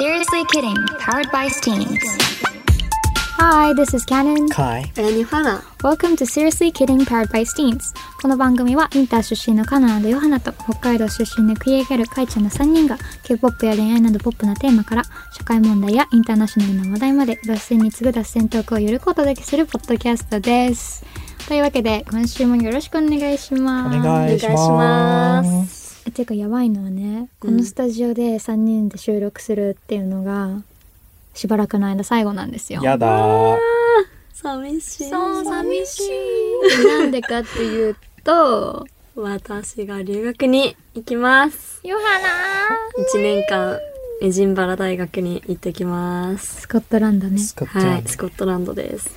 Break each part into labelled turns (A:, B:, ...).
A: Seriously Kidding, powered by Steams.
B: Hi, this is Canon.
C: Kai.
D: あやにはな
B: Welcome to Seriously Kidding Powered by Steens. この番組はインター出身のカナダのヨハナと北海道出身のクイエギャルカイちゃんの3人が K-POP や恋愛などポップなテーマから社会問題やインターナショナルな話題まで脱線に次ぐ脱線トークをゆるくお届けするポッドキャストです。というわけで今週もよろしくお願いし
C: お
B: ます。
D: お
C: 願
D: 願
C: い
D: い
C: し
D: し
C: ま。
D: ます
B: えていうかやばいのはねこのスタジオで3人で収録するっていうのがしばらくの間最後なんですよ。
C: やだー。
D: 寂しい
B: そう寂しい。なんでかっていうと、
D: 私が留学に行きます
B: ヨハ
D: 1年間エジンバラ大学に行ってきます
B: スコットランドね。
C: スコットラ
D: は
C: ン
D: い
C: ド
D: スコットランドです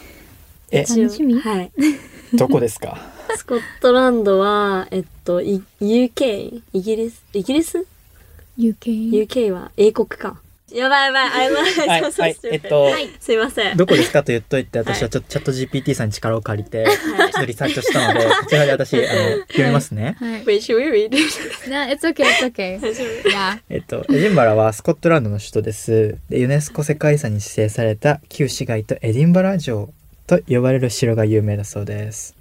C: え、
B: 楽しみ
D: はい
C: どこです か
D: スコットランドは えっとい UK イギリスイギリス
B: UK。
D: UK は英国かやばいやばいあやばい
C: はい、
D: そうそう
C: はい、
D: そう
C: えっと、
D: すいません
C: どこですかと言っといて、私はちょっとチャット GPT さんに力を借りて、ちょっとリサーチをしたので、こちらで私、あの、読みますね。
B: はい。
D: Wait, should we read it?
B: な、It's okay, it's okay.
D: 大丈夫
B: いや、
C: えっと、エディンバラはスコットランドの首都です。でユネスコ世界遺産に指定された旧市街とエディンバラ城と呼ばれる城が有名だそうです。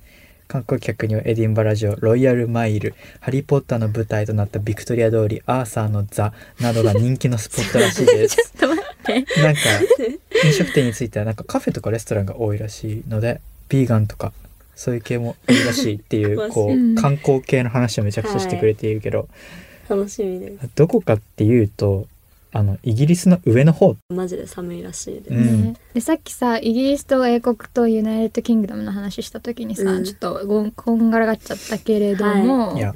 C: 観光客にはエディンバラ城、ロイヤルマイル、ハリー・ポッターの舞台となったビクトリア通り、アーサーの座などが人気のスポットらしいです。
B: ちょっと待って。
C: なんか、飲食店についてはなんかカフェとかレストランが多いらしいので、ビーガンとか、そういう系もいるらしいってい
D: 詳し
C: う、
D: い
C: こ
B: うん
C: う、観光系の話をめちゃくちゃしてくれているけど、
D: 楽しみです
C: どこかっていうとあのイギリスの上の方
D: マジで寒いらしいです、
C: うん
B: ねでさっきさイギリスと英国とユナイテッドキングダムの話した時にさ、
D: うん
B: ちょっとごんこんがらがっちゃったけれども、
C: いや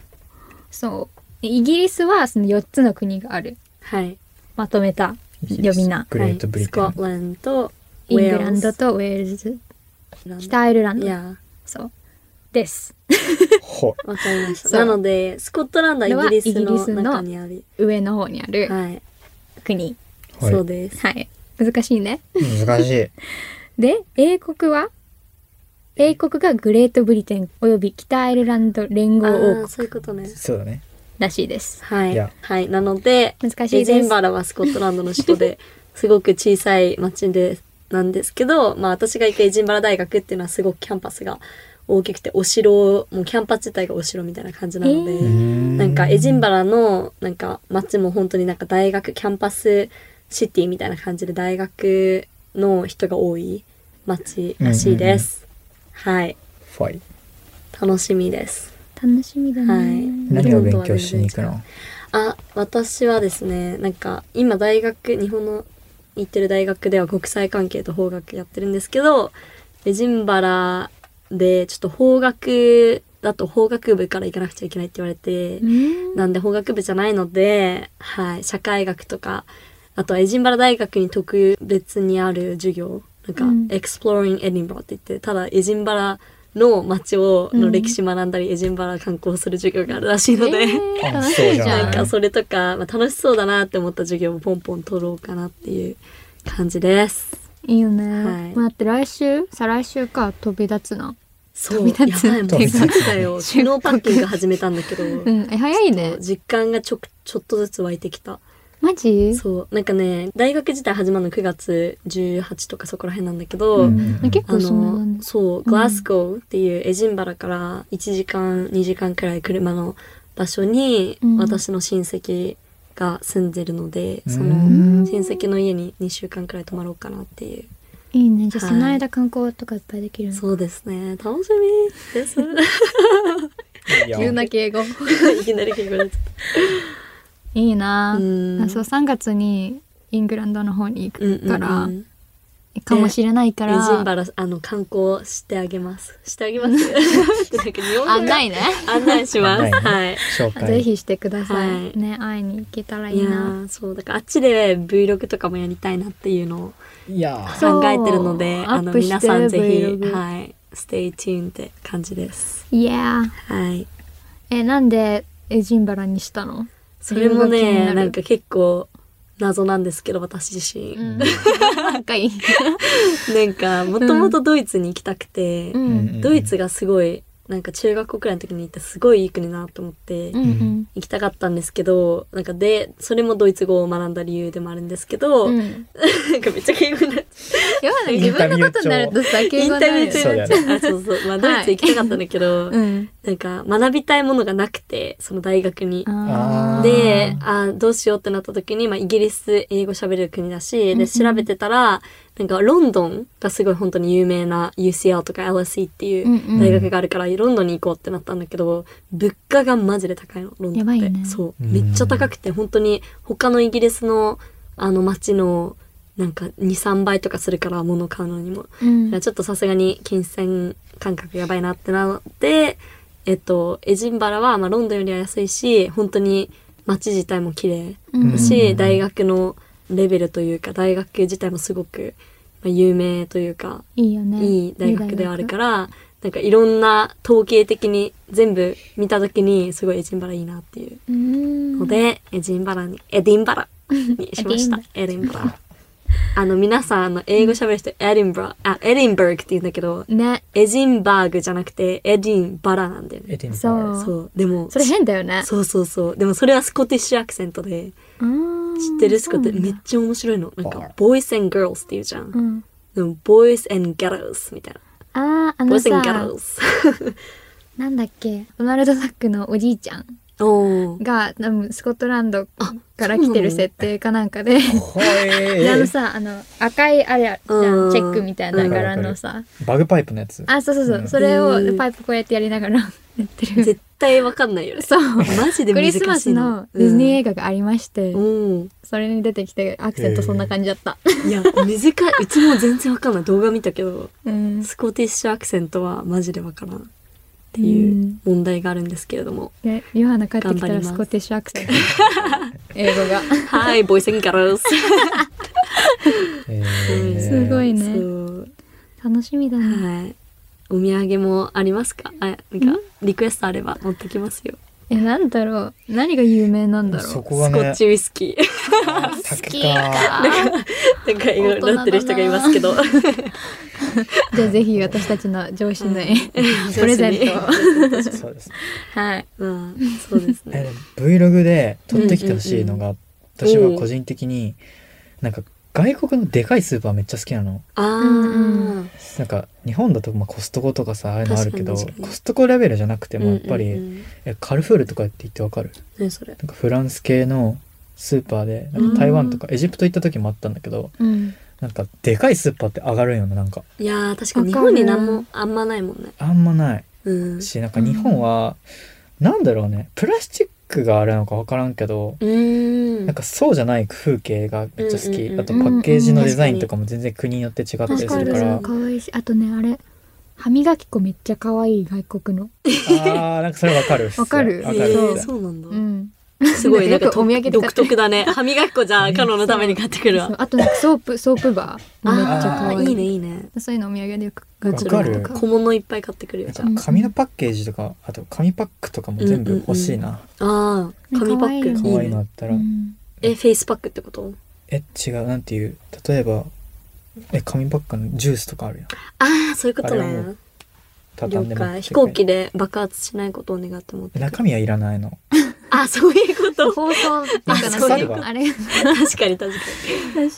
B: そうイギリスはその4つの国がある
D: はい
B: まとめた呼び名
C: グレート
D: は
C: ブ
D: い
C: リ
D: ス
C: テ
D: コ
C: ン、
D: ットランド
B: イングランドとウェールズ北アイルラン
D: い
B: ド
D: や
B: そうです
C: ほ
D: わかりまし
B: そ
D: た
B: う
D: なのでスコットランドはイギリスの中にあり
B: 上の方にある
D: はい
B: 国
C: はい
D: そうです
B: はい、難しいね
C: 難しい
B: で英国は英国がグレートブリテンおよび北アイルランド連
D: あ
B: 合王
D: ー
B: 国
D: そういうことね
C: そうだね
B: らしいです
D: はい
C: いや
D: はいなので
B: 難しい
D: エ
B: です
D: ジンバラはスコットランドの首都ですごく小さい町でなんですけどまあ私が行くエジンバラ大学っていうのはすごくキャンパスが大きくてお城もうキャンパス自体がお城みたいな感じなので、
B: えー
D: なんかエジン
C: バ
D: バラのなんか街も本当になんか大学キャンパスシティみたいな感じで大学の人が多い街らしいです。はい、
C: ファイ
D: 楽しみです。
B: 楽しみだね、
D: はい
C: 何を勉強しに行くの
D: あ、私はですね、なんか今大学日本の行ってる大学では国際関係と法学やってるんですけど、エジンバラでちょっと法学だと法学部から行かなくちゃいけないって言われて、
B: うん
D: なんで法学部じゃないので、はい、社会学とか、あとはエジンバラ大学に特別にある授業、なんか、
B: うん
D: エクスプロー i n g Edinburgh って言って、ただエジンバラの街を、
B: う
D: の
B: ん
D: 歴史学んだり、エジンバラ観光する授業があるらしいので、
B: えー
C: あ
B: 楽しいじ
C: そうじ
B: ゃ
C: ゃ
D: なんんかそれとか、まあ、楽しそうだなって思った授業をポンポン取ろうかなっていう感じです。
B: いいよね、
D: はい
B: 待って来週再来週か飛び立つの
D: そう、
B: 飛
D: や
B: び立つ
D: ばい、もう
C: 飛び立つ
D: だ よ。昨日パッキング始めたんだけど、
B: うんえ早いね
D: 実感がちょく、ちょっとずつ湧いてきた。
B: マジ
D: そうなんかね大学自体始まるの9月18とかそこら辺なんだけど、
C: うん
B: 結
D: あ
B: 構その
D: のそうグラスゴーっていうエジンバラから1時間2時間くらい車の場所に
B: うん
D: 私の親戚が住んでるので、そ
C: うん
D: の親戚の家に2週間くらい泊まろうかなっていう、
B: いいねじゃあ
D: はい
B: その間観光とかいっぱいできるの
D: そうですね楽しみです
C: いや
B: 敬語
D: いきなり敬語になっちゃっ
B: いいな
D: た
B: あ
D: うん
B: そう3月にイングランドの方に行
D: うんうんう
B: く
D: ん
B: から、かもしれないから
D: エジンバラあの観光してあげますしてあげます なんか日本語が
B: 案内ね
D: 案内します。
C: 案内ね
D: はい。
C: 紹介
B: ぜひしてください、
D: はい
B: ね会いに行けたらい
D: い
B: い
D: や
B: な
D: ーそうだからあっちで Vlog とかもやりたいなっていうのを
C: いや
B: そう
D: 考えてるのであ
B: アッ
D: の
B: プして
D: 皆さんぜひ
B: Vlog
D: はいステイ t u n e って感じです
B: いやー
D: はい
B: えなんでエジンバラにしたの
D: それも
B: 理由が気にな
D: ね
B: る
D: なんか結構謎なんですけど私自身、
B: うん なんかい い
D: なんかもともとドイツに行きたくて、
B: うん
C: うん
D: ドイツがすごいなんか中学校くらいの時に行ったすごいいい国だなと思って
B: うんうん
D: 行きたかったんですけど、なんかでそれもドイツ語を学んだ理由でもあるんですけど、
E: うん。
D: なんかめっちゃ敬語になっち
E: やばいね自分のことになるとさ、
D: ゃうイ
E: 敬
D: ン
E: 語
D: タ
E: にな
D: ビュ
E: る
D: ー
E: よ
D: 中
C: そう
D: に
C: だね
D: なっちゃう。あそうそうまあドイツ行きたかったんだけど、
E: うん。
D: なんか学びたいものがなくてその大学に。
C: あー
D: であーどうしようってなった時に、まあ、イギリス英語喋れる国だしで調べてたらなんかロンドンがすごい本当に有名な UCL とか LSE ってい
B: うんうん
D: う大学があるから、ロンドンに行こうってなったんだけど物価がマジで高いのロンドンって
B: やばいよね
D: そう
C: うん
D: めっちゃ高くて本当に他のイギリスのあの街のなんか23倍とかするから物買うのにも
B: うん
D: だからちょっとさすがに金銭感覚やばいなってなって、えっと、エジンバラは、まあ、ロンドンよりは安いし本当に街自体も綺麗
B: うん
D: だし、大学のレベルというか大学自体もすごく、まあ、有名というか
B: いいよね
D: いい大学ではあるからなんかいろんな統計的に全部見た時にすごいエジンバラいいなっていう
B: うーん
D: ので、エジンバラにエディンバラにしましたエディンバラ。あの皆さんあの英語喋る人エディンバラあエディンバーグって言うんだけど
E: ね。
D: エジンバーグじゃなくてエディンバラなんだよね
C: エディン
E: そ
C: バラ
E: う。
D: そうでも
E: それ変だよね。
D: そうそうそうでもそれはスコティッシュアクセントで
B: あー
D: 知ってるスコって
B: そうなん
D: めっ
B: だ
D: ちゃ面白いのなん
C: あ
D: かボイス and girls っていうじゃん
B: うん
D: でもボイス and girls みたいな
B: あーあ
D: ボ
B: の
D: イス and
B: さ
D: girls
B: なんだっけドナルド・ダックのおじいちゃん
D: お ー
B: が多分スコットランドから来てる設定かなんかで
C: ほえ
B: で あのさあの赤いあれあるじゃ
D: うんん
B: チェックみたいな柄のさ
C: バグパイプのやつ
B: あそうそうそう、
C: うん
B: それを
D: うん
B: パイプこうやってやりながらやってる
D: 絶対わかんないよね
B: そう
D: マジ
B: ク
D: で難
B: リ
D: し
B: スマス
D: いの
B: のディズニー映
D: 画
B: 画がありまして、
D: うん
B: それに出てきてアクセントそんな感じだ った、
D: いや難しいうちも全然わかんない動画見たけど
B: うん
D: スコティッシュアクセントはマジでわからんっていう問題があるんですけれども
B: でヨハナ帰ってきた
D: 頑張り
B: ら
D: ます
B: スコティッシュアクセン ト英語が
D: はい、ボイセンガラルス。
C: えー
B: すごいね
D: そう
B: 楽しみだね
D: はい。お土産もありますか。あ、なんかリクエストあれば持ってきますよ。
B: えなんだろう何が有名なんだろ
C: そう
D: ス
C: こ
D: コ
C: が
D: ッ
C: ね
D: チウイスキー。
C: 竹か
D: なんかいろいろなってる人がいますけど。
B: じゃあぜひ私たちの上司の絵 プレゼントを
C: そうですね
B: はい
D: まあ、そうです
C: え
D: ね。
C: でも Vlog で撮ってきてほしいのが、私は個人的になんか外国のでかいスーパーめっちゃ好きなの
D: あ
B: うん
D: あ。
C: なんか日本だとまあコストコとかさああいうのあるけど
D: 確かに確かに
C: コストコレベルじゃなくてもやっぱり、
D: うんうんうん
C: えカルフールとかって言ってわかる
D: 何そ
C: な
D: れ。
C: んかフランス系のスーパーでなんか台湾とかエジプト行った時もあったんだけど、
B: うん
C: なんかでかいスーパーって上がるよねなんか
D: いやー、確かに日本に何もあんまないもんね。
C: あんまない
D: うん。う
C: しなんか日本は、なんだろうねプラスチックがあれなのかわからんけど
D: ーん。
C: なんかそうじゃない風景がめっちゃ好き、
D: うんうんうん
C: あとパッケージのデザインとかも全然国によって違ったりす
B: 確か
C: る
B: に
C: から、
D: 確
C: あ
D: かに
B: 可愛いしあとねあれ歯磨き粉めっちゃ可愛い外国の
C: あーなんかそれわかるっす
B: わかる
C: わか
D: え
C: るっ
D: ー
C: す
D: そうなんだ。
B: うん
D: すごいなんか
B: よくお土産で買って
D: 独特だね。歯磨き粉じゃあカノのために買ってくる
B: そう
D: わ。
B: あとなんかソープソープバーもめっちゃ可
D: ああ
B: 愛
D: ー
B: い
D: いいねいいね。
B: そういうのお土産でよく
D: ちょ
B: 買
D: っ
B: っ
D: と
B: て
C: わかる
D: 小物いっぱい買ってくるよじゃ
C: なんか
B: うん
C: 紙のパッケージとかあと紙パックとかも全部欲しいな、
D: あ。ああ、紙パックいい
B: うん
C: 可
B: うんうん
C: 愛い
D: ね
C: のあったら、
B: うん
D: え、フェイスパックってこと
C: え違うなんていう例えばえ紙パックのジュースとかあるやん
D: ああ、そういうこと
C: あれはも
D: ね。了
C: 畳んでも
D: 解。飛行機で爆発しないことを願って持ってくる。
C: 中身はいらないの
D: あ、そういうこと。
B: 放送っていうかな
D: そういう
C: こと
B: あれ
D: 確かに確かに。
B: 確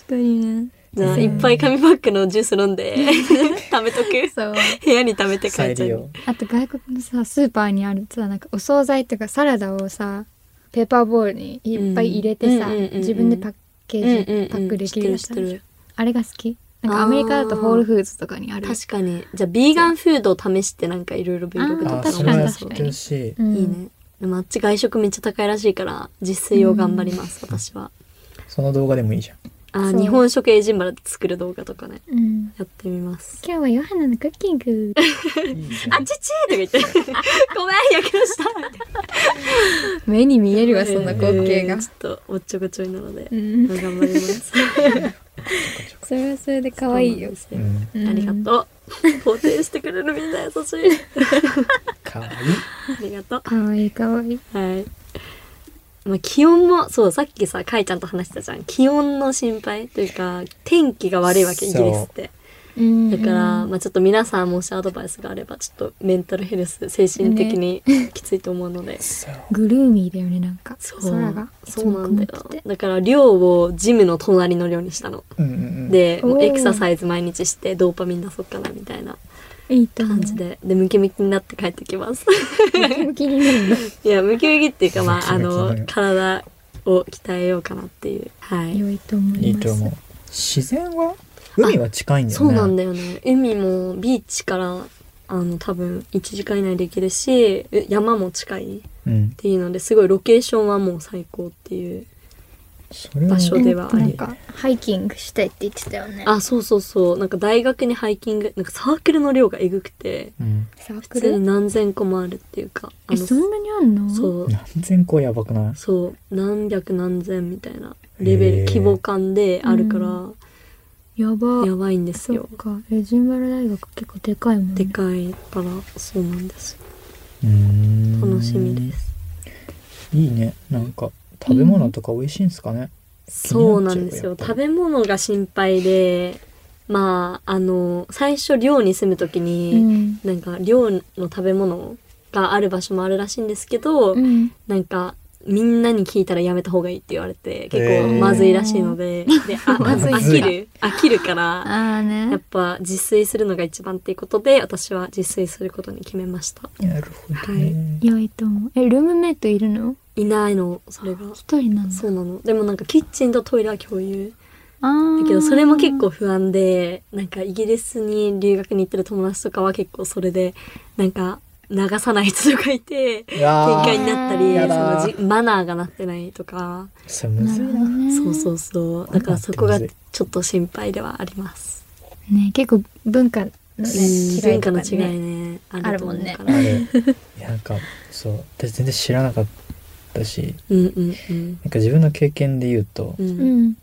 B: かにね
D: じゃあ、いっぱい紙パックのジュース飲 んで、貯めとく。
B: そう
D: 部屋に貯めて帰
C: 再
D: っち
C: 利
D: ゃ
C: 用
D: う。
B: あと外国のさスーパーにあるさなんかお惣菜とかサラダをさペーパーボールにいっぱい入れてさ、
D: うんうんうんうんうん
B: 自分でパッケ
D: うんうん
B: ージ、
D: うん
B: パックで
D: 知
B: き
D: っ
B: る
D: て
B: や
D: る
B: つ
D: 知っ
B: あ
D: て
B: るじゃん
D: る。
B: あれが好きなんかアメリカだとホールフーズとかにある
D: 確かに。じゃあ、ビーガンフードを試してなんかいろいろ Vlog と
C: あ
D: か
C: ー
D: も
C: それはやっ
B: 確かに
C: てほしい
B: うん
D: いいね。でもあっち外食めっちゃ高いらしいから、自炊を頑張ります、私は。
C: その動画でもいいじゃん
D: あ
B: そ
D: ー
B: う
D: 日本食エジンバラで作る動画とかね
B: うん
D: やってみます
B: 今日はヨハナのクッキング。
D: あちちーとか言って ごめんやけどしたみたい
B: 目に見えるわ、
D: な
B: その光景が
D: えー。ちょっとおっちょこちょいなので、
B: うん。
D: まあ頑張ります
B: それはそれで可愛いよ。
D: そううなん
C: ん
D: ですねありがとう肯定してくれるみんな優しい
C: かわいい
D: ありがとう
B: 可愛い可愛い。
D: はいまあ、気温もそうさっきさかいちゃんと話してたじゃん気温の心配というか天気が悪いわけイギ
C: そう
D: リスって
E: うん
D: だから、まあ、ちょっと皆さんもしアドバイスがあればちょっとメンタルヘルス精神的にきついと思う ので、
C: そう
B: グルーミーだよねなんか
D: そう
B: 空が
D: そうなんだ
B: いつも
D: よ
B: 曇ってて
D: だから量をジムの隣の量にしたの
C: うんうんうん
D: でも
B: お
D: う
B: ー
D: エクササイズ毎日してドーパミン出そうかなみたいない
B: いと思う
D: 感じででムキムキになって帰って きます
B: ムキムキになるんだ
D: いやムキムキっていうかま
C: ム
D: あ
C: キ
D: あ
C: ムキだよ
D: の体を鍛えようかなっていう はい
B: 良いと思います
C: いいと思う自然は海は近いんだよね
D: そうなんだよね海もビーチからあの多分1時間以内で行けるしう山も近いっ
C: うん
D: ていうのですごいロケーションはもう最高っていう
C: それは
D: 場所ではあ
B: なん
D: り
B: か
E: ハイキングしたいって言ってたよね。
D: あそうそうそうなんか大学にハイキングなんかサークルの量がえぐくて
C: うん
B: サー
D: 普
B: ク
D: 通に
B: ル
D: 何千個もあるっていうかあ
B: えそんなにあんの
D: そう
C: 何千個やばくない
D: そう何百何千みたいなレベル
C: へー
D: 規模感であるから、
B: やば
D: やばいんです
B: そ
D: よ
B: っかエジンバラ大学結構でかいもん
D: で
B: ね
D: かいからそうなんです
C: うーん
D: 楽しみです
C: いいねなんか食べ物とか美味しいんですかね
D: そうなんですよ
C: 気になっちゃう
D: 食べ物が心配でまああの最初寮に住む時
B: う
D: に、
B: ん
D: なんか寮の食べ物がある場所もあるらしいんですけど、
B: うん
D: なんかみんなに聞いたらやめた方がいいって言われて結
C: へ
D: 構
C: ー
D: まずいらしいので,、で あ
C: まずい
D: 飽きる飽きるから
E: あー
D: や
E: ね
D: っ。ぱ自炊するのが一番っていうことで私は自炊することに決めました
C: なるほどね、
B: 良いと思うえルームメイトいるの
D: いないのそれが
B: 一人なんだ
D: そうなのでもなんかキッチンとトイレは共有
B: あー
D: だけどそれも結構不安でなんかイギリスに留学に行ってる友達とかは結構それでなんか流さない人とかいて
C: いやー
D: 喧嘩になったり
C: や
D: そ
C: だ
D: のじマナーがなってないとか、
C: それむずい
B: なるほど
C: な
B: ね
D: そうそうそうだからそこ
C: マナー
D: が
C: ってむず
D: ちょっと心配ではあります、
B: ね結構文化のね
D: うん
B: 違い
D: 文
B: と
D: 化
B: か
D: の
B: ね
D: 違いねあると思うか
E: あるも
D: ら、
C: あれいやなんかそう私全然知らなかったし
D: うんうんうん
C: なんか自分の経験で言うと、
D: う
B: うんん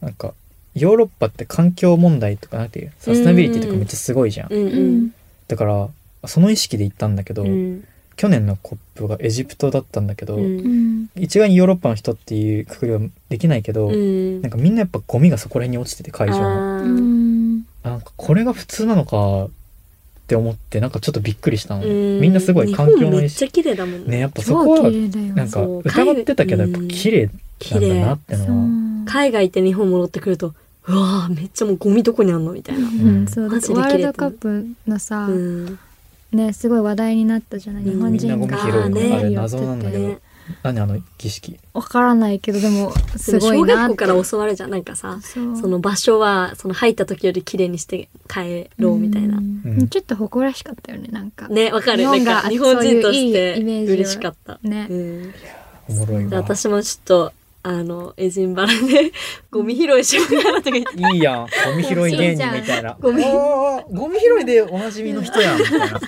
C: なんかヨーロッパって環境問題とかなんていうサステナビリティとかめっちゃすごいじゃん、
D: うん
B: う
D: うん
B: ん
C: だからその意識で行ったんだけど、
D: うん
C: 去年のコップがエジプトだったんだけど、
D: うん
B: うん
C: 一概にヨーロッパの人っていうくくりはできないけど、
D: うん
C: なんかみんなやっぱゴミがそこら辺に落ちてて会場の
D: あ
B: う
D: ー
B: ん
C: あなんかこれが普通なのかって思ってなんかちょっとびっくりしたの、
D: う
C: みんなすごい環
D: 日
C: 境
D: 本
C: の
D: め
C: 意
D: っちゃ
C: 識
D: 綺麗だもんね
C: ねやっぱそこ
B: 超
C: は
B: 綺麗だよ
C: なんか
D: そう
C: 疑ってたけどやっぱ綺麗な
D: 綺
C: んだな
D: 麗
C: って
B: そ
C: の
B: う
C: は
D: 海外行って日本戻ってくるとうわーめっちゃもうゴミどこにあんのみたいな、
B: うんそうだ
D: マ
B: っ
D: ジ
B: て
D: で
B: ワ
D: 綺
B: ール
D: 麗
B: ド
D: だった
B: カップのさ
D: うん、
B: ねすごい話題になったじゃない
D: うん
B: 日本
C: みんな
B: 人
C: ゴミ
B: が
C: 拾う
D: あーね
C: のあれ謎なんだけ
D: ね
C: ど何あの儀式
B: わからないけどでもす
D: す
B: ご
D: ご
B: い
D: 小
B: な
D: 学
B: っ
D: 校
B: て
D: から教わるじゃんなんかさ
B: そう
D: その場所はその入った時より綺麗にして帰ろうみたいな、
B: うん
C: うん
B: ちょっと誇らしかったよねなんか
D: ねわかる
B: 日
D: なん
B: 本が
D: か日本人として
B: そういういいイメージを
D: 嬉しかった
B: ね
D: うん、で
C: おもろいわ
D: 私もちょっとあのエジンバラでゴミ拾いしようかなとか 言って
C: いいやんゴミ拾い芸人みたいな
D: ゴミ
C: おーゴミ拾いでおなじみの人やんみたいな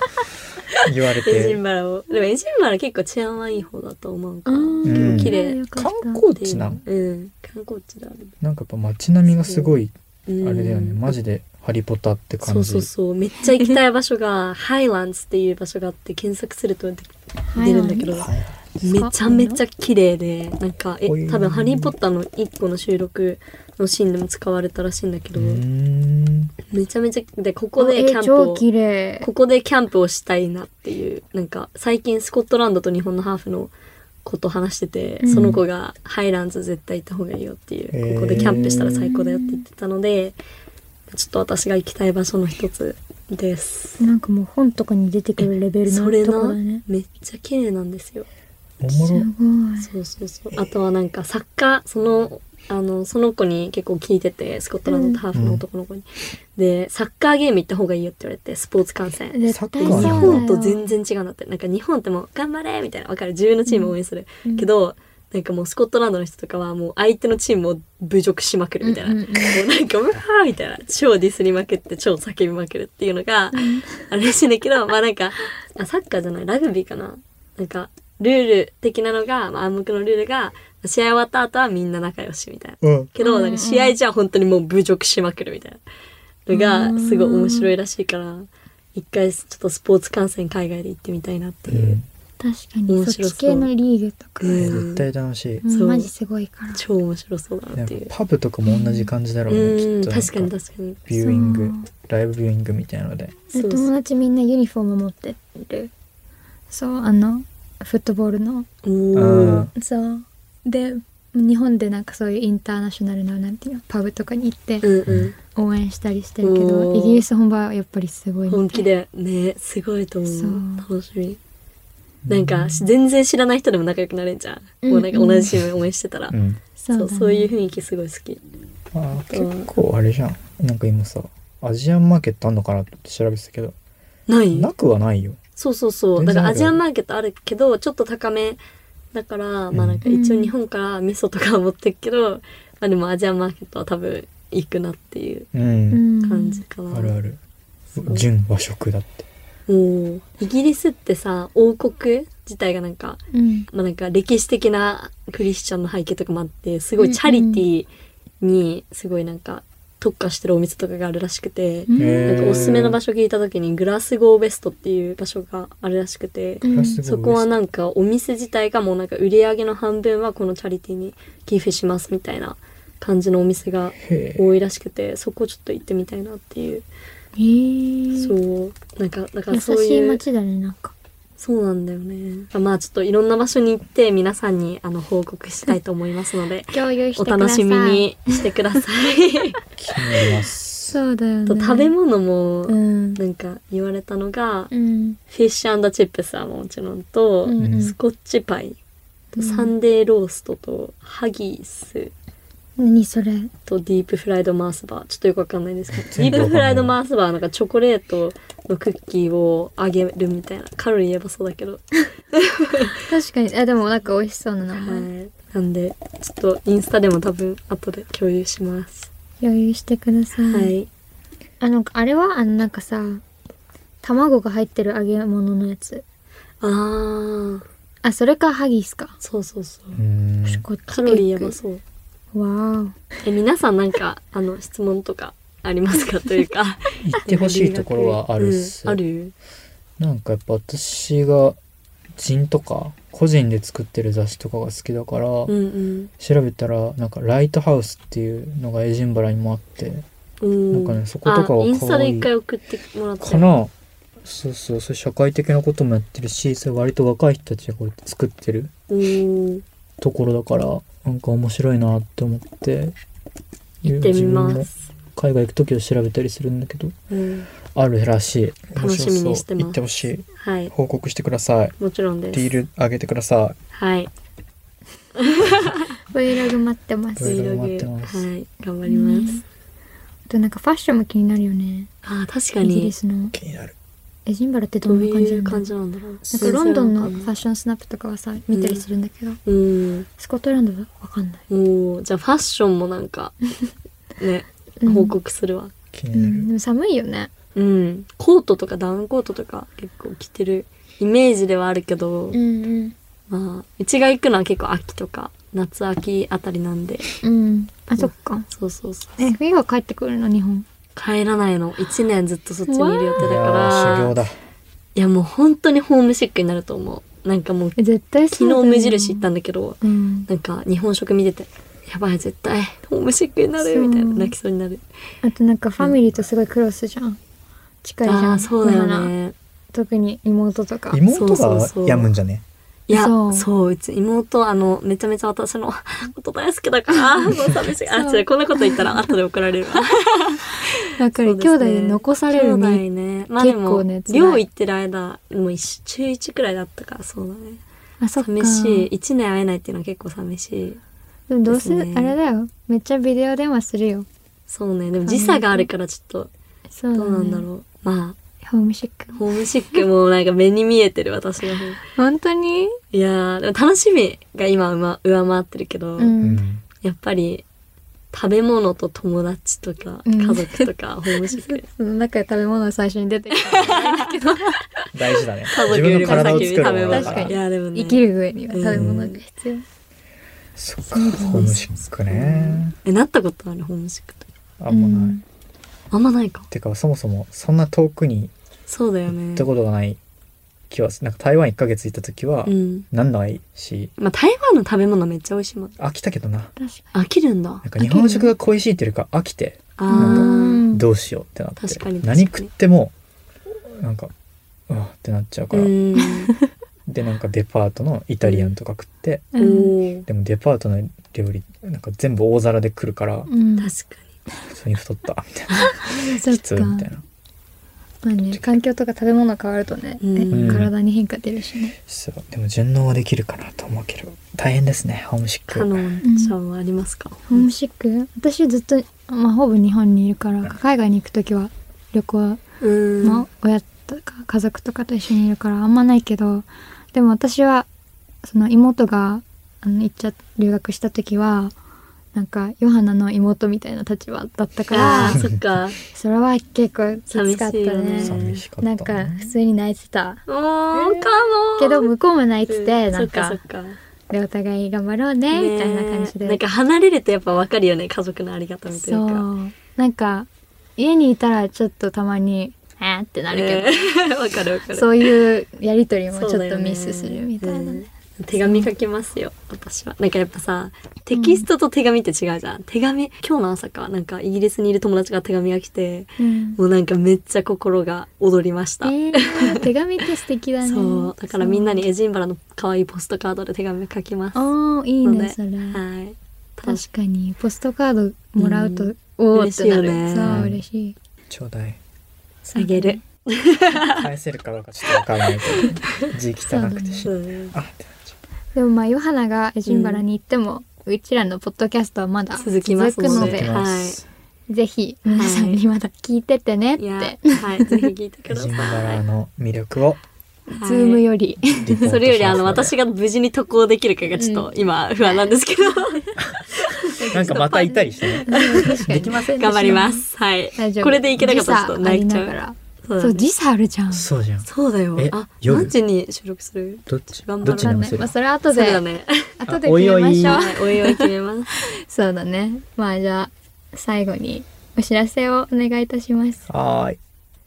C: 言 われ
D: エジン
C: て
D: バラをでもエジンバラ結構治安はいい方だと思うから
C: うん
D: 綺麗
B: よかった
C: 観光地なん
D: うん観光地だね、
C: なんかやっぱ街並みがすごい
D: うん
C: あれだよねマジでハリポタって
D: そ
C: 感
D: う
C: じ
D: そうそうめっちゃ行きたい場所 がハイランズっていう場所があって検索すると出て出るんだけどめちゃめちゃ綺麗でなんかえ
C: こういう
D: 多分「ハリー・ポッター」の1個の収録のシーンでも使われたらしいんだけ
C: う
D: ど、
C: ーん
D: めちゃめちゃでここで
B: あ
D: キャンプ
B: え超
D: を
B: 綺麗
D: ここでキャンプをしたいなっていうなんか最近スコットランドと日本のハーフのこと話してて、
B: うん
D: その子がハイランズ絶対行った方がいいよっていう、
C: へー
D: ここでキャンプしたら最高だよって言ってたのでちょっと私が行きたい場所の一つです。
B: なんかもう本とかに出てくるレベル
D: そ
B: の
D: れ
B: とこ
D: な、
B: だね
D: めっちゃ綺麗なんですよ。
C: お
B: す
C: も
B: ご
C: ろ
B: い
D: そうそうそう。あとはなんか作家そのあのその子に結構聞いててスコットランドとハーフの男の子に、でサッカーゲーム行った方がいいよって言われてスポーツ観戦。
B: 絶対
D: 日
B: そうだよ
D: 本と全然違うんだってなんか日本ってもう頑張れみたいなわかる自分のチームを応援する、けどなんかもうスコットランドの人とかはもう相手のチームを侮辱しまくるみたいな、
E: うんうんうん
D: もうなんかうわーみたいな超ディスりまくって超叫びまくるっていうのがあれらしいんだけどまあなんかあサッカーじゃないラグビーかななんかルール的なのが、まあ、暗黙のルールが試合終わった後はみんな仲良しみたいな
C: うん
D: けど、なんか試合じゃ本当にもう侮辱しまくるみたいなのがすごい面白いらしいから一回ちょっとスポーツ観戦海外で行ってみたいなっていう
B: 確かに
D: 面
B: そ
D: 白そう
B: っち系のリーグとか、
D: うん
C: 絶対楽しい、
B: うん
D: そう
B: マジすごいから
D: 超面白そうだなって
C: で
D: い
C: も
D: う。
C: パブとかも同じ感じだろうね、
D: う
C: き
D: ん
C: っとなん
D: 確かに確かに。
C: ビューイングライブビューイングみたいなので
D: そう
B: 友
D: そう。
B: 達みんなユニフォーム持ってるそうあのフットボールの
C: あ
D: おー
B: そうで日本でなんかそういうインターナショナルのなんていうのパブとかに行って
D: うんうん。
B: 応援したりしてるけど、
D: おー
B: イギリス本場はやっぱりすごいみたい
D: 本気でねすごいと思
B: そう
D: う楽しみなんか全然知らない人でも仲良くなれんじゃん、もうなんか同じチーム応援してたら、
C: うん
B: そ
D: そうう
B: だ
D: そ
B: ね
D: ういう雰囲気すごい好き
C: あー結構あれじゃんなんか今さアジアンマーケットあんのかなって調べてたけど
D: ない
C: なくはないよ
D: そうそうそう
C: 全
D: だ
C: 然
D: から
C: ある
D: アジアンマーケットあるけどちょっと高めだから、まあなんか
B: うん
D: 一応日本から味噌とかは持ってくけど、まあでもアジアンマーケットは多分行くなっていう
B: う
C: う、
B: んん
D: 感じかな、
C: あるある
D: そう
C: 純和食だって
D: もうイギリスってさ王国自体がなんか
B: うん
D: まあ、なんか歴史的なクリスチャンの背景とかもあってすごいチャリティーにすごいなんか特化してるお店とかがあるらしくて、
B: うん
C: へー
D: なんかおすすめの場所聞いた時にグラスゴーベストっていう場所があるらしくて、
B: うん
C: ラスボー
D: そこはなんかお店自体がもうなんか売り上げの半分はこのチャリティーに寄付しますみたいな感じのお店が
C: へえ
D: 多いらしくてそこちょっと行ってみたいなっていう、
B: へー
D: そうなんかだから
B: 優
D: そう
B: しい
D: いう
B: 街だねなんか、
D: そうなんだよね。まあちょっといろんな場所に行って皆さんにあの報告したいと思いますので
B: 共有 して
D: お
B: ください
D: 楽しみにしてく ださい。
C: 気になります
B: そうだよ
D: あ
B: ね
D: と食べ物も
B: うん
D: なんか言われたのが、
B: うん
D: フィッシュチップスはもちろんと、
B: うんうん
D: スコッチパイ
B: う
D: と、
B: ん
D: サンデーローストとハギース
B: 何それ
D: とディープフライドマースバーちょっとよくわかんないですけ どデ
C: 全
D: ィー
C: 部わ
D: プ
C: かん
D: フ
C: な
D: ラ
C: い
D: イドマースバーはなんかチョコレートのクッキーをあげるみたいなカロリー言えばそうだ けど
B: 確かにあでもなんか美味しそうな名前
D: はい、なんでちょっとインスタでも多分後で共有します、
B: 共有してください、
D: はい
B: あのあれはあのなんかさ卵が入ってる揚げ物のやつ
D: あー
B: あそれかハギースか、
D: そうそうそう
C: うん
B: こっち
D: カロリーやばそう
B: わー
D: え皆さんなんかあの質問とかありますかというか
C: 行 ってほしいところはあるっす、
D: うんある
C: なんかやっぱ私が人とか個人で作ってる雑誌とかが好きだから、
D: うん
C: 調べたらなんかライトハウスっていうのがエジンバラにもあって
D: うん
C: なんかねそことかは
D: あインスタ
C: 可
D: で
C: 愛
D: 一
C: い
D: 回送ってもらった
C: かなそうそうそう社会的なこともやってるしそれ割と若い人たちがこうやって作ってる
D: おー
C: ところだからなんか面白いなって思って行
D: 行ってみます、
C: 海外行く時は調べたりするんだけど
D: うん、
C: あるらしい
D: 楽しみにし
C: 面白そ
D: てます
C: う行ってほしい
D: はい
C: 報告してください
D: もちろんです
C: リールあげてくださ
D: はい、
B: Vlog 待ってま
C: い
B: す
C: ろい
D: Vlog
C: ろ待ってます
D: はい頑張ります
B: あとなんかファッションも気になるよね
D: あー確か
B: イギリ
D: に
B: スの
C: い気になる
B: エジンバラってど
D: どうん
B: な感じ
D: い
B: な
D: うん
B: だろう
D: 感じなんだろう
B: なんかロンドンの
D: 全
B: フ
D: 然
B: ァッションスナップとかはさ見たりするんだけど、
D: うん
B: スコットランドはわかんない、
D: もうじゃあファッションもなんかね
B: うん
D: 報告するわ
C: 気
B: う
C: になる、
B: ん、でも寒いよね
D: うん、コートとかダウンコートとか結構着てるイメージではあるけど、
B: んうん
D: まあうちが行くのは結構秋とか夏秋あたりなんで
B: うんあそっか
D: そうそうそう
B: え冬は帰ってくるの日本
D: 帰らないの1年ずっとそっちにいる予定だ
C: い
D: か
C: やー修行
D: ら
C: だ
D: いやもう本当にホームシックになると思うなんかもう
B: え絶対そう
D: 昨
B: だよ
D: 日無印行ったんだけど
B: うん
D: なんか日本食見ててやばい絶対ホームシックになるみたい
B: そ
D: な
B: う
D: 泣きそうになる
B: あとなんかファミリーとすごいクロスじゃん近いじゃん
D: ああそうだよ
B: だから
D: ね
B: 特に妹とか
C: 妹
D: そうそう
C: が
D: そう
C: やむんじゃね
D: いや、
B: そ
D: そうう、うち妹、あの、めちゃめちゃ私のこと大好き だから、もう寂しい。あ、
B: そう
D: 違う、こんなこと言ったら後で怒られ るわ。
B: だから兄
D: そう
B: 弟
D: ですね
B: で残される
D: 兄
B: ね
D: 弟ね。まあで
B: 結構
D: も、
B: ね辛い
D: 寮行ってる間、もう一中1くらいだったから、そうだね。
B: あそっか
D: 寂しい。1年会えないっていうのは結構寂しい。
B: でもどうせ
D: ですね
B: あれだよめっちゃビデオ電話するよ
D: そうね。でも時差があるからちょっ
B: そうだ,、
D: と、どうなんだろう。ま
B: ホームシック
D: あ、ホームシックもなんか目に見えてる、私の方。
B: 本当に
D: いやー、でも楽しみが今はま上回ってるけど、
B: うん
C: うん
D: やっぱり、食べ物と友達とか、
B: うん
D: 家族と か、ホームシック。
B: その中で食べ物が最初に出てきた
C: 大事だね
D: 家族
C: 自分
D: より
C: の
D: も先
C: 体を
D: に
C: 作
D: 食
C: るもの
D: べ物
C: だ
D: だ
C: か
D: からら。いや、でも ね。
B: 生きる上には
D: うん
B: 食べ物が必要、
C: そっかホームシックね
D: え、なったことあるホームシックとか。
C: あんま
B: う
C: ない、
B: ん
D: あんまないか。
C: てかそもそもそんな遠くに
D: そうだよ
C: 行
D: ね
C: った。ことがない時はなんか台湾1ヶ月行った時は
D: うん。
C: なんないし、
D: まあ、台湾の食べ物めっちゃ美味しいもん。
C: 飽きたけどな
B: 確か
D: 飽きるんだ
C: なん。か日本食が恋しいっていうか飽きて
D: あー
B: に。
C: どうしようってなって、
D: 確かに確かに
C: 何食ってもなんかうわってなっちゃうか
D: う
C: ら、
D: ん。
C: でなんかデパートのイタリアンとか食って、
D: お
B: うん
D: ー
C: でもデパートの料理なんか全部大皿で来るから
B: うん。
D: 確か
C: 普通に太ったみたいな
B: そっ
C: 普通
B: か
C: みたいな
E: まあね、環境とか食べ物変わるとね、
D: うん
E: ね体に変化出るしね。
C: そうでも順応はできるかなと思うけど大変ですねホームシッ
D: に。カノ
C: ク
D: ンちゃんはありますか
B: ホームシック私ずっと、まあ、ほぼ日本にいるから海外に行く時は旅行、
D: うん。
B: まあ、親とか家族とかと一緒にいるからあんまないけどでも私はその妹があの行っちゃ留学した時はなんかヨハナの妹みたいな立場だったから
D: ああ、そっ か。
B: それは結構きつかった
D: 寂しいよね
B: ね。
C: 寂しかった
E: なんか、普通に泣いてた。
D: おー、カノン。
E: けど、向こうも泣いて
D: う
E: て、
D: ん
E: なんか
D: そっ、かそっか。
E: で、お互い頑張ろうね、みたいな感じ
D: ねえなん
E: で。
D: か離れるとやっぱ分かるよね家族のありがたみとい
B: そう
D: か。
B: う。なんか、家にいたらちょっとたまに、えーってなるけど、
D: ねわかるわかる。
E: そういうやりとりも
D: そう
E: ちょ
D: だ
E: っ
D: よ
E: と
D: ね
E: ミスするみたいなね。
D: うん手紙書きますよ私はなんかやっぱさテキストと手紙って違うじゃん、手紙今日の朝かなんかイギリスにいる友達から手紙が来て
B: うん
D: もうなんかめっちゃ心が踊りました、
E: えー手紙って素敵だね。
D: そうだからみんなにエジンバラの可愛いポストカードで手紙書きますは
E: おー、いい
D: そう
E: ね、
D: ね
E: それ。
D: い楽し
B: 確かに、ポストカードもらうと、
D: う
E: おーってな
D: 嬉しいよね
E: る。そう、嬉しい。
C: ちょうだい
D: あげる
C: 返せるかどうかちょっとわからないけ ど字汚くてし、
D: そうね
C: あってなっちゃ
B: でもまあ、ヨハナがエジンバラに行っても、うちらのポッドキャストはまだ
D: 続きます
B: 続く
C: う
B: の
D: ので
B: で、
C: ます、
B: ぜひ皆さんにまだ聞いてってねっ
D: いや
B: て、
D: はいぜひ聞いて
C: エ
D: くださ
C: ジ
D: い
C: ンバラの魅力を
D: はい
B: ズームより、
C: リポートします
D: それよりあの
C: で
D: 私が無事に渡航できるかがちょっと今不安なんですけど、
C: なんかまたいたりしてね
E: できません
D: 頑張ります。はい
B: 大丈。夫。
D: これでいけなかったらちょっと泣いちゃ
B: 時差ありなが
D: う。
B: ら
D: そ
B: そ
D: うだ
B: う、
D: ね
B: 時差あるじゃん。
C: そうじゃん
D: そうだよ
C: え。
D: あ、
C: 夜
D: 何時に収録する
C: どっち
D: 頑張
C: ど
D: ろう
C: っちに合わせ
E: ま
C: る
E: あ、それは後
D: そうだ
E: で、
D: ね。
E: 後で決めましょ
C: あ
E: う。
D: はいおいおい決めます。
E: そうだね。まあじゃあ最後にお知らせをお願いいたします。
C: はーい。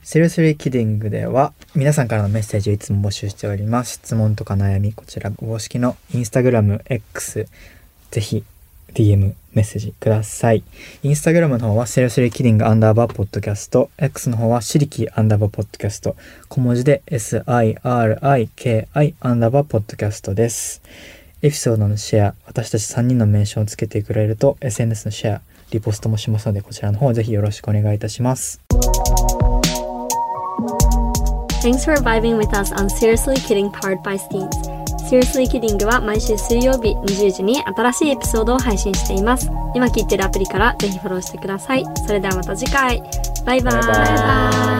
C: セルスリーキディングでは皆さんからのメッセージをいつも募集しております。質問とか悩み、こちら公式のインスタグラム X、ぜひ DM、メッセージください。インスタグラムの方はセルスリーキディングアンダーバーポッドキャスト、X の方はシリキアンダーバーポッドキャスト、小文字で SIRIKI アンダーバーポッドキャストです。エピソードのシェア、私たち3人のメンションをつけてくれると SNS のシェア、リポストもしますので、こちらの方ぜひよろしくお願いいたします。
D: Thanks for vibing with us on Seriously Kidding Powered by Steens. Seriously Kidding は毎週水曜日20時に新しいエピソードを配信しています。今聞いてるアプリからぜひフォローしてください。それではまた次回。バイバイ。
C: バイバイ